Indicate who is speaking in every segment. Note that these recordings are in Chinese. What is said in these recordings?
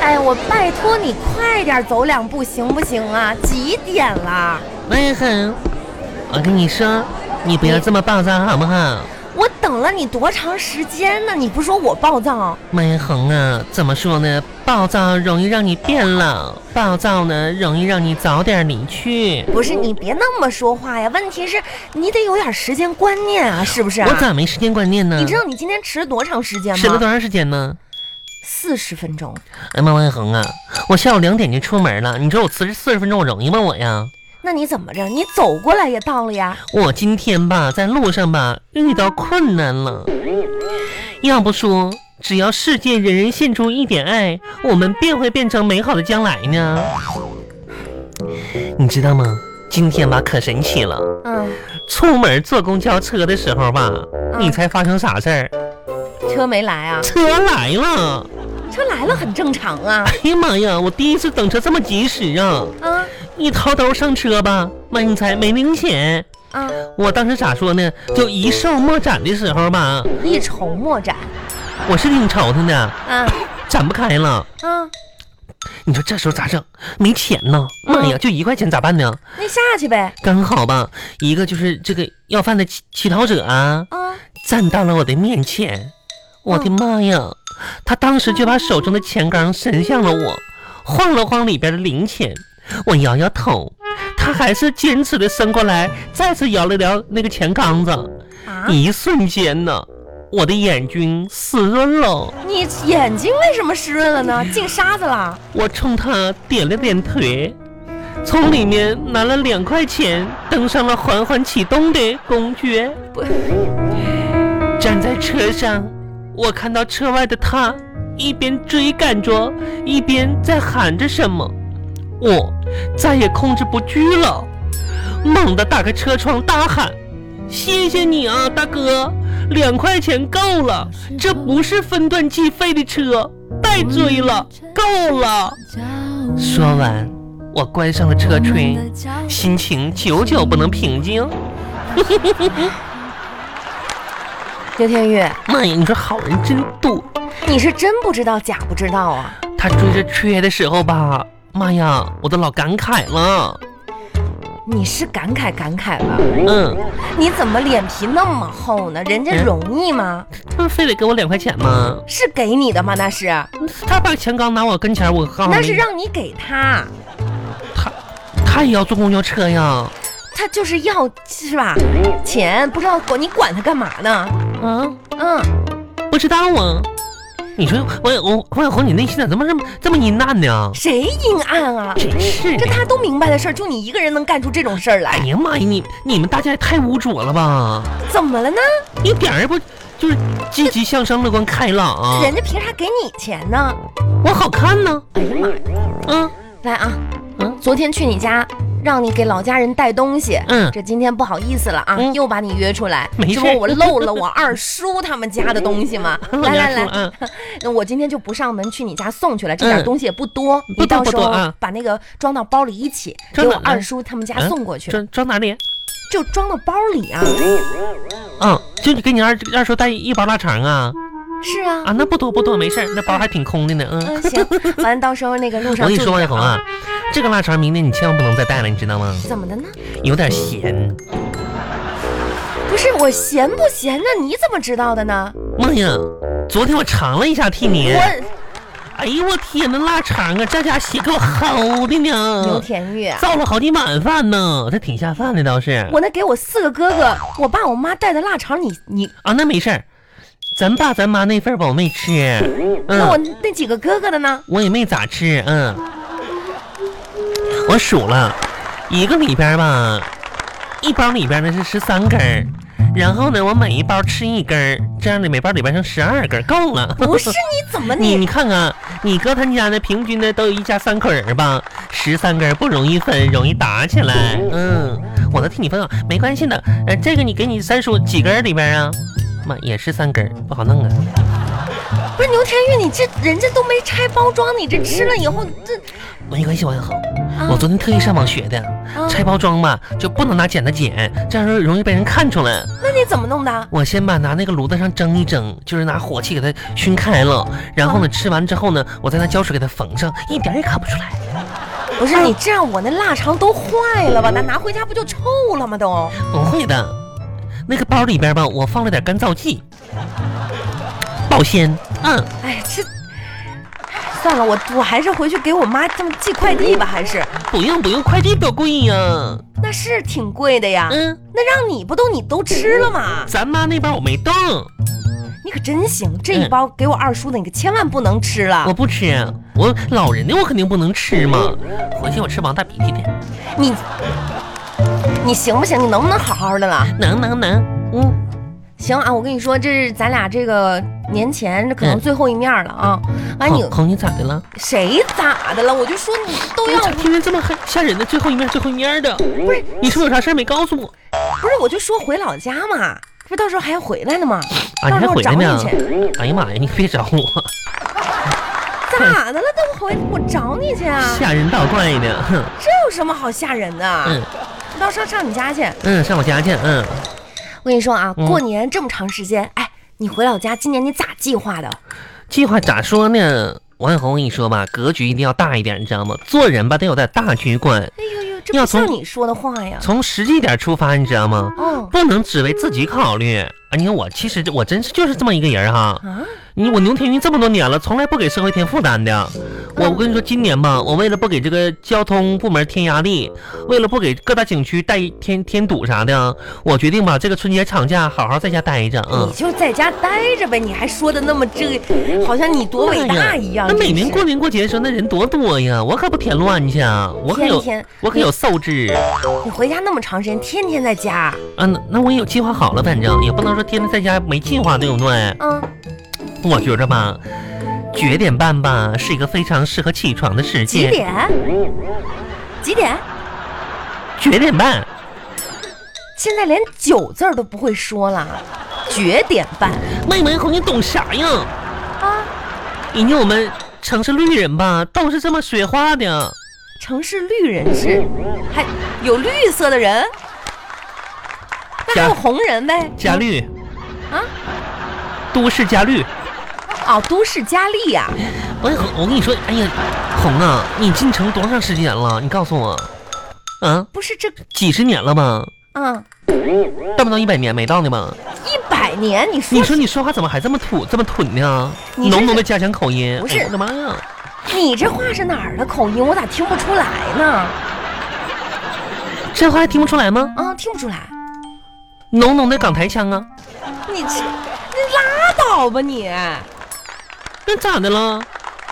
Speaker 1: 哎呀，我拜托你快点走两步行不行啊？几点了？
Speaker 2: 喂哼，我跟你说，你不要这么暴躁好不好？
Speaker 1: 我等了你多长时间呢？你不说我暴躁？
Speaker 2: 梅红啊，怎么说呢？暴躁容易让你变老，暴躁呢容易让你早点离去。
Speaker 1: 不是你别那么说话呀，问题是你得有点时间观念啊，是不是、啊？
Speaker 2: 我咋没时间观念呢？
Speaker 1: 你知道你今天迟了多长时间
Speaker 2: 迟了
Speaker 1: 吗？
Speaker 2: 多长时间呢？
Speaker 1: 四十分钟。
Speaker 2: 哎妈，魏恒啊，我下午两点就出门了，你说我辞职四十分钟，我容易吗我呀？
Speaker 1: 那你怎么着？你走过来也到了呀？
Speaker 2: 我今天吧，在路上吧遇到困难了，要不说只要世界人人献出一点爱，我们便会变成美好的将来呢。你知道吗？今天吧可神奇了，
Speaker 1: 嗯，
Speaker 2: 出门坐公交车的时候吧，你猜发生啥事儿？
Speaker 1: 车没来啊？
Speaker 2: 车来了！
Speaker 1: 车来了很正常啊。
Speaker 2: 哎呀妈呀，我第一次等车这么及时啊！
Speaker 1: 啊
Speaker 2: 一掏兜上车吧，妈，你猜没零钱？
Speaker 1: 啊！
Speaker 2: 我当时咋说呢？就一售莫展的时候吧，
Speaker 1: 一筹莫展
Speaker 2: 我是挺愁他呢，
Speaker 1: 啊
Speaker 2: 展不开了。
Speaker 1: 啊！
Speaker 2: 你说这时候咋整？没钱呢，妈呀，就一块钱咋办呢？
Speaker 1: 那下去呗
Speaker 2: 刚好吧，一个就是这个要饭的乞乞讨者啊，
Speaker 1: 啊！
Speaker 2: 站到了我的面前，我的妈呀！他当时就把手中的钱缸伸向了我，晃了晃里边的零钱，我摇摇头，他还是坚持的伸过来，再次摇了摇那个钱缸子。
Speaker 1: 啊！
Speaker 2: 一瞬间呢，我的眼睛湿润了，
Speaker 1: 你眼睛为什么湿润了呢？进沙子了？
Speaker 2: 我冲他点了点头，从里面拿了两块钱，登上了缓缓启动的公爵。
Speaker 1: 不，
Speaker 2: 站在车上，我看到车外的他一边追赶着，一边在喊着什么。我再也控制不住了，猛地打开车窗大喊：“谢谢你啊，大哥！两块钱够了，这不是分段计费的车，别追了，够了。”说完，我关上了车
Speaker 3: 吹
Speaker 2: 窗，，
Speaker 1: 嗯
Speaker 2: 心情久久不能平静。
Speaker 1: 刘天宇，
Speaker 2: 妈呀，你说好人真多。
Speaker 1: 你是真不知道假不知道啊？
Speaker 2: 他追着缺的时候吧，妈呀，我都老感慨了。
Speaker 1: 你是感慨感慨吧？
Speaker 2: 嗯，
Speaker 1: 你怎么脸皮那么厚呢？人家容易吗？
Speaker 2: 他不非得给我两块钱吗？
Speaker 1: 是给你的吗？那是，
Speaker 2: 他把钱刚拿我跟前，我告诉你，
Speaker 1: 那是让你给他，
Speaker 2: 他，他也要坐公交车呀。
Speaker 1: 他就是要是吧？钱不知道管你管他干嘛呢？
Speaker 2: 啊，
Speaker 1: 嗯，
Speaker 2: 不知道啊。你说王小红，王小红，你内心咋这么这么这么阴暗呢？
Speaker 1: 谁阴暗啊？
Speaker 2: 真是
Speaker 1: 这
Speaker 2: 的。
Speaker 1: 他都明白的事儿，就你一个人能干出这种事儿
Speaker 2: 哎
Speaker 1: 来，
Speaker 2: 呀妈呀，你你们大家也太污浊了吧！
Speaker 1: 怎么了呢？
Speaker 2: 一点儿也不就是积极向上、乐观开朗啊！
Speaker 1: 人家凭啥给你钱呢？
Speaker 2: 我好看呢。
Speaker 1: 哎呀妈呀！
Speaker 2: 嗯，
Speaker 1: 来啊，
Speaker 2: 嗯
Speaker 1: 昨天去你家，让你给老家人带东西，
Speaker 2: 嗯
Speaker 1: 这今天不好意思了啊，
Speaker 2: 嗯
Speaker 1: 又把你约出来，
Speaker 2: 没
Speaker 1: 这不
Speaker 2: 事
Speaker 1: 我漏了我二叔他们家的东西吗？
Speaker 2: 老
Speaker 1: 来
Speaker 2: 家
Speaker 1: 来
Speaker 2: 说
Speaker 1: 来
Speaker 2: 嗯，
Speaker 1: 那我今天就不上门去你家送去了，这点
Speaker 2: 嗯
Speaker 1: 东西也不多，
Speaker 2: 不
Speaker 1: 你
Speaker 2: 多
Speaker 1: 到
Speaker 2: 不
Speaker 1: 时
Speaker 2: 多
Speaker 1: 候
Speaker 2: 啊
Speaker 1: 把那个装到包里一起给
Speaker 2: 装
Speaker 1: 我
Speaker 2: 哪儿
Speaker 1: 二
Speaker 2: 呢
Speaker 1: 叔他们家
Speaker 2: 嗯
Speaker 1: 送过去，
Speaker 2: 装装哪里？
Speaker 1: 就装到包里啊。
Speaker 2: 嗯，就你给你二二叔带一包腊肠啊
Speaker 1: 是啊，
Speaker 2: 啊，那不多不多，没事儿，那包还挺空的呢。嗯，
Speaker 1: 嗯行，完了到时候那个路
Speaker 2: 我
Speaker 1: 上
Speaker 2: 跟你
Speaker 1: 注意
Speaker 2: 说，王小
Speaker 1: 点
Speaker 2: 红啊，这个腊肠明天你千万不能再带了，你知道吗？
Speaker 1: 怎么的呢？
Speaker 2: 有点咸。
Speaker 1: 不是我闲不闲呢？你怎么知道的呢？
Speaker 2: 妈呀，昨天我尝了一下替你，
Speaker 1: 我
Speaker 2: 哎呦我天，那腊肠啊，这家血给我齁的
Speaker 1: 牛
Speaker 2: 呢，
Speaker 1: 田玉啊。
Speaker 2: 造了好几碗饭呢，这挺下饭的倒是。
Speaker 1: 我那给我四个哥哥，我爸我妈带的腊肠，你你，
Speaker 2: 啊，那没事儿，咱爸咱妈那份儿吧我没吃，
Speaker 1: 那我
Speaker 2: 嗯，
Speaker 1: 那几个哥哥的呢？
Speaker 2: 我也没咋吃，嗯，我数了一个里边儿吧，一包里边儿呢是十三根儿，然后呢我每一包吃一根儿，这样的每包里边剩十二根儿，够了。
Speaker 1: 不是你怎么
Speaker 2: 你你
Speaker 1: 你
Speaker 2: 看看，你哥他们家呢，平均呢都有一家三口人吧，十三根儿不容易分，容易打起来。嗯，我能替你分啊，没关系的。呃，这个你给你三叔几根儿里边啊？妈，也是三根儿，不好弄啊。
Speaker 1: 不是牛田玉，你这人家都没拆包装，你这吃了以后这
Speaker 2: 没关系，王小红，
Speaker 1: 啊
Speaker 2: 我昨天特意上网学的，
Speaker 1: 啊，
Speaker 2: 拆包装嘛就不能拿剪子剪，这样容易被人看出来。
Speaker 1: 那你怎么弄的？
Speaker 2: 我先把拿那个炉子上蒸一蒸，就是拿火气给它熏开了，然
Speaker 1: 啊
Speaker 2: 后呢，吃完之后呢，我再拿胶水给它缝上，一点儿也看不出来。
Speaker 1: 不
Speaker 2: 嗯
Speaker 1: 是你这样，我那腊肠都坏了吧？那拿回家不就臭了吗？都
Speaker 2: 不会的，那个包里边吧，我放了点干燥剂，保鲜。嗯，
Speaker 1: 哎，这算了，我我还是回去给我妈这么寄快递吧，还是
Speaker 2: 不用不用，快递多贵呀、
Speaker 1: 那是挺贵的呀。
Speaker 2: 嗯，
Speaker 1: 那让你不都你都吃了吗？
Speaker 2: 咱妈那包我没动，
Speaker 1: 你可真行，这
Speaker 2: 嗯
Speaker 1: 一包给我二叔的，你可千万不能吃了
Speaker 2: 我。不吃，我老人的我肯定不能吃嘛。回去我吃王大鼻涕的，
Speaker 1: 你你行不行？你能不能好好的了？
Speaker 2: 能能能，嗯，
Speaker 1: 行啊，我跟你说，这是咱俩这个年前这可能
Speaker 2: 嗯
Speaker 1: 最后一面了啊。完、
Speaker 2: 红
Speaker 1: 你
Speaker 2: 红你咋的了？
Speaker 1: 谁咋的了？我就说你都
Speaker 2: 你
Speaker 1: 要
Speaker 2: 咋天天这么狠吓人的？最后一面最后一面的，不是你是不是有啥事儿没告诉我？
Speaker 1: 不是，我就说回老家嘛，这不到时候还要回来呢吗？
Speaker 2: 啊，
Speaker 1: 到
Speaker 2: 你
Speaker 1: 时
Speaker 2: 还
Speaker 1: 候我
Speaker 2: 回
Speaker 1: 找
Speaker 2: 来
Speaker 1: 你
Speaker 2: 呢
Speaker 1: 去，？
Speaker 2: 哎呀妈呀，你别找我，
Speaker 1: 咋的了？都回我找你去啊？
Speaker 2: 吓人倒怪呢。哼，
Speaker 1: 这有什么好吓人的？
Speaker 2: 嗯
Speaker 1: 到时候上你家去。
Speaker 2: 嗯，上我家去，嗯。
Speaker 1: 我跟你说啊，
Speaker 2: 嗯
Speaker 1: 过年这么长时间，哎，你回老家今年你咋计划的？
Speaker 2: 计划咋说呢？王小红，我跟你说吧，格局一定要大一点，你知道吗？做人吧，得有点大局观，
Speaker 1: 哎呦呦，这
Speaker 2: 要
Speaker 1: 不
Speaker 2: 从
Speaker 1: 像你说的话呀。
Speaker 2: 从实际点出发，你知道吗？
Speaker 1: 哦
Speaker 2: 不能只为自己考虑啊！你看我，其实我真是就是这么一个人哈。
Speaker 1: 啊，
Speaker 2: 你我牛天云这么多年了，从来不给社会添负担的。我我跟你说，今年吧，我为了不给这个交通部门添压力，为了不给各大景区带添添堵啥的，我决定吧，这个春节长假好好在家待着。嗯哦
Speaker 1: 你，就在家待着呗，你还说的那么这个，好像你多伟大一样。
Speaker 2: 哎那每
Speaker 1: 真
Speaker 2: 年
Speaker 1: 是
Speaker 2: 过年过节的时候，那人多多呀，我可不添乱去啊，我可
Speaker 1: 天
Speaker 2: 有
Speaker 1: 天
Speaker 2: 我可有素质
Speaker 1: 你回家那么长时间，天天在家，
Speaker 2: 啊。那那我也有计划好了，反正也不能说天天在家没计划，对不对？
Speaker 1: 嗯，
Speaker 2: 我觉着吧，九点半吧是一个非常适合起床的时
Speaker 1: 几
Speaker 2: 间。？
Speaker 1: 点？几点？
Speaker 2: 九点半。
Speaker 1: 现在连九字儿都不会说了，九点半
Speaker 2: 妹妹红，你懂啥呀？
Speaker 1: 啊！
Speaker 2: 人家我们城市绿人吧，都是这么说话的。
Speaker 1: 城市绿人是，还有绿色的人，那还
Speaker 2: 加
Speaker 1: 有红人呗？
Speaker 2: 加绿
Speaker 1: 嗯啊？
Speaker 2: 都市加绿。
Speaker 1: 哦，都市佳丽啊呀、
Speaker 2: 王小红，我跟你说，哎呀，红啊，你进城多长时间了？你告诉我，啊，
Speaker 1: 不是这，
Speaker 2: 几十年了吧？
Speaker 1: 嗯，
Speaker 2: 到不到一百年没到呢吧？
Speaker 1: 一百年，你说
Speaker 2: 你说你说话怎么还这么土这么土呢？
Speaker 1: 你这
Speaker 2: 浓浓
Speaker 1: 是
Speaker 2: 的家乡口音。
Speaker 1: 不
Speaker 2: 哎
Speaker 1: 是
Speaker 2: 我的妈呀！
Speaker 1: 你这话是哪儿的口音？我咋听不出来呢？
Speaker 2: 这话还听不出来吗？
Speaker 1: 啊，听不出来，
Speaker 2: 浓浓的港台腔啊！
Speaker 1: 你这，你拉倒吧你，
Speaker 2: 那咋的了？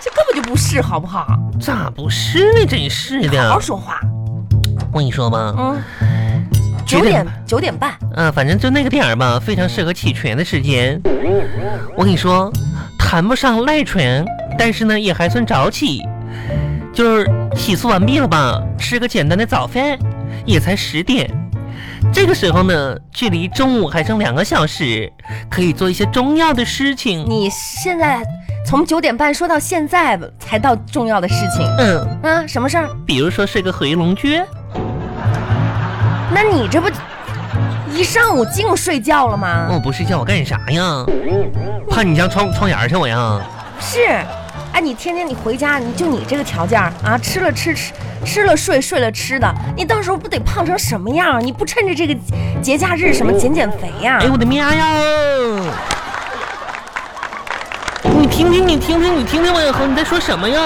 Speaker 1: 这根本就不是，好不好？
Speaker 2: 咋不是呢？真是
Speaker 1: 好
Speaker 2: 的
Speaker 1: 好！说话，
Speaker 2: 我跟你说吧，
Speaker 1: 嗯，
Speaker 2: 九
Speaker 1: 九
Speaker 2: 点
Speaker 1: 点九点半，
Speaker 2: 啊，反正就那个点儿吧，非常适合起床的时间。我跟你说，谈不上赖床，但是呢也还算早起，就是洗漱完毕了吧，吃个简单的早饭，也才十点。这个时候呢，距离中午还剩两个小时，可以做一些重要的事情。
Speaker 1: 你现在从九点半说到现在才到重要的事情
Speaker 2: 嗯，
Speaker 1: 啊，什么事儿？
Speaker 2: 比如说睡个回笼觉。
Speaker 1: 那你这不一上午净睡觉了吗？
Speaker 2: 我哦不睡觉，我干啥呀？怕你家窗窗沿儿去我呀？
Speaker 1: 是，哎，你天天你回家，你就你这个条件儿啊，吃了吃吃。吃了睡，睡了吃的，你到时候不得胖成什么样儿？你不趁着这个节假日什么减减肥呀、
Speaker 2: 哎呦我的妈呀！你听听，你听听，你听听王小红，你在说什么呀？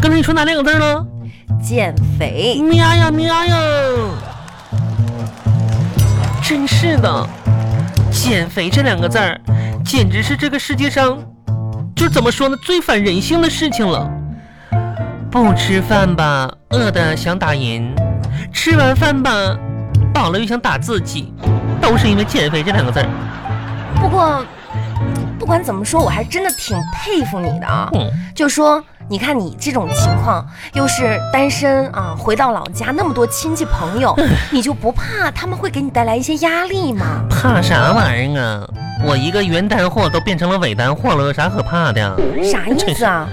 Speaker 2: 刚才你说哪两个字了？
Speaker 1: 减肥，
Speaker 2: 喵呀喵呀！真是的，减肥这两个字儿，简直是这个世界上，就怎么说呢，最反人性的事情了。不吃饭吧，饿的想打人；吃完饭吧，饱了又想打自己，都是因为减肥这两个字儿。
Speaker 1: 不过不管怎么说，我还真的挺佩服你的啊。
Speaker 2: 嗯，
Speaker 1: 就说你看你这种情况，又是单身啊，回到老家那么多亲戚朋友，你就不怕他们会给你带来一些压力吗？
Speaker 2: 怕啥玩意儿啊？我一个原单货都变成了伪单货了，有啥可怕的呀？
Speaker 1: 啥意思啊？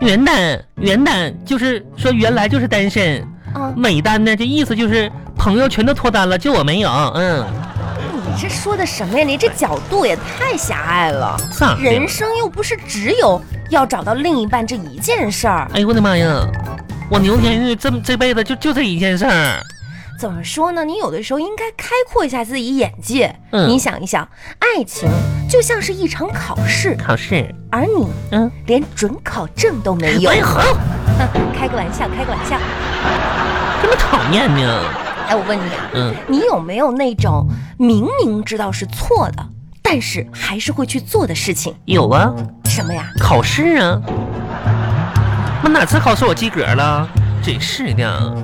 Speaker 2: 原单原单就是说原来就是单身，
Speaker 1: 啊，
Speaker 2: 伪单呢这意思就是朋友全都脱单了，就我没有。嗯，
Speaker 1: 你这说的什么呀？你这角度也太狭隘了。
Speaker 2: 咋的？
Speaker 1: 人生又不是只有要找到另一半这一件事儿。
Speaker 2: 哎呦我的妈呀！我牛天玉这这辈子就就这一件事儿。
Speaker 1: 怎么说呢？你有的时候应该开阔一下自己眼界。
Speaker 2: 嗯
Speaker 1: 你想一想，爱情就像是一场考试，
Speaker 2: 考试，
Speaker 1: 而你
Speaker 2: 嗯，
Speaker 1: 连准考证都没有。
Speaker 2: 哎好，
Speaker 1: 哼 开个玩笑，开个玩笑。
Speaker 2: 这么讨厌呢？
Speaker 1: 哎，我问你啊，
Speaker 2: 嗯，
Speaker 1: 你有没有那种明明知道是错的，但是还是会去做的事情？
Speaker 2: 有啊，
Speaker 1: 什么呀？
Speaker 2: 考试啊。我哪次考试我及格了？真是的。啊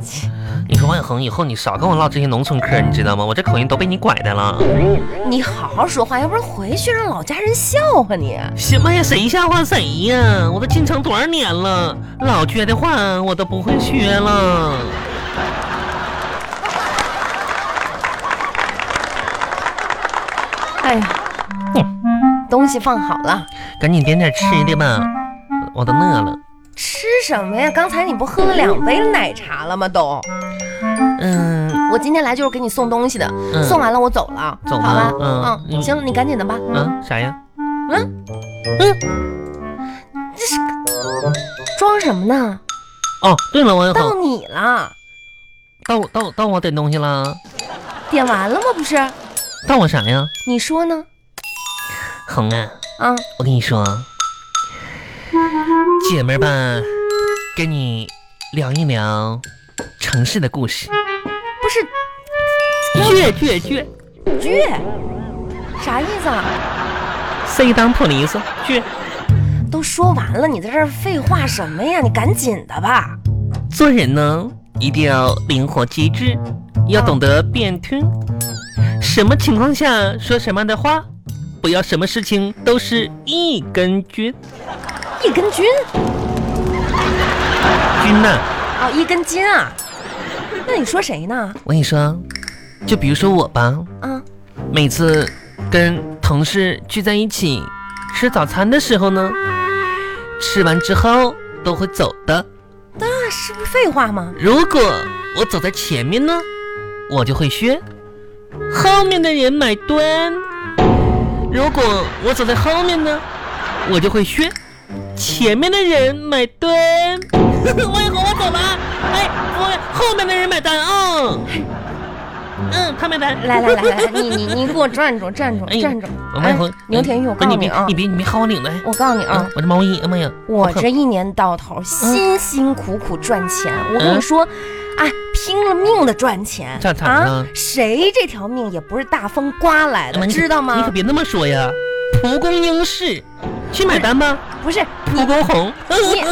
Speaker 2: 你说万恒，以后你少跟我唠这些农村嗑，你知道吗？我这口音都被你拐的了。
Speaker 1: 你好好说话，要不然回去让老家人笑话你。啊
Speaker 2: 什么呀？谁吓唬谁呀？我都进城多少年了，老撅的话我都不会学了。
Speaker 1: 哎呀，东西放好了，
Speaker 2: 赶紧点点吃的吧，我都饿了。
Speaker 1: 吃什么呀？刚才你不喝了两杯奶茶了吗？都，
Speaker 2: 嗯
Speaker 1: 我今天来就是给你送东西的，
Speaker 2: 嗯，
Speaker 1: 送完啊了我走了，
Speaker 2: 走吧
Speaker 1: 好吧？
Speaker 2: 嗯嗯
Speaker 1: 行了，你赶紧的吧。
Speaker 2: 嗯啥呀？
Speaker 1: 装什么呢？
Speaker 2: 哦，对了，王一
Speaker 1: 到
Speaker 2: 恒，
Speaker 1: 你了，
Speaker 2: 到我到我到我点东西了，
Speaker 1: 点完了吗？不是，
Speaker 2: 到我啥呀？
Speaker 1: 你说呢？
Speaker 2: 恒啊，
Speaker 1: 啊，
Speaker 2: 我跟你说，姐们儿吧，跟你聊一聊城市的故事。
Speaker 1: 不是
Speaker 2: 倔倔倔，
Speaker 1: 倔，啥意思啊？
Speaker 2: 谁当 police？倔，
Speaker 1: 都说完了，你在这儿废话什么呀？你赶紧的吧。
Speaker 2: 做人呢一定要灵活机智，要懂得变通。什么情况下说什么样的话，不要什么事情都是一根筋。
Speaker 1: 一根筋
Speaker 2: 军呐、
Speaker 1: 啊、一根筋啊。那你说谁呢？
Speaker 2: 我跟你说，就比如说我吧，
Speaker 1: 啊，
Speaker 2: 每次跟同事聚在一起吃早餐的时候呢，吃完之后都会走的。
Speaker 1: 那是不是废话吗？
Speaker 2: 如果我走在前面呢，我就会削；后面的人买单。如果我走在后面呢，我就会削；前面的人买单。 我一会儿我走了啊，哎，我后面的人买单啊、嗯，他买单。
Speaker 1: 来来来来，你你你给我站住站住
Speaker 2: 哎
Speaker 1: 站住！
Speaker 2: 我外回哎
Speaker 1: 牛田玉，我告诉你啊
Speaker 2: 你，别你别薅我领子，哎
Speaker 1: 我告诉你啊
Speaker 2: 嗯，我这毛衣，哎妈呀，
Speaker 1: 我这一年到头
Speaker 2: 嗯
Speaker 1: 辛辛苦苦赚钱，我跟你说，哎，拼了命的赚钱
Speaker 2: 咋咋
Speaker 1: 啊
Speaker 2: 了！
Speaker 1: 谁这条命也不是大风刮来
Speaker 2: 哎妈
Speaker 1: 的，
Speaker 2: 你可
Speaker 1: 知道
Speaker 2: 你可
Speaker 1: 吗？
Speaker 2: 别那么说呀，蒲公英式，去买单吧，
Speaker 1: 不是
Speaker 2: 蒲公红。
Speaker 1: 你，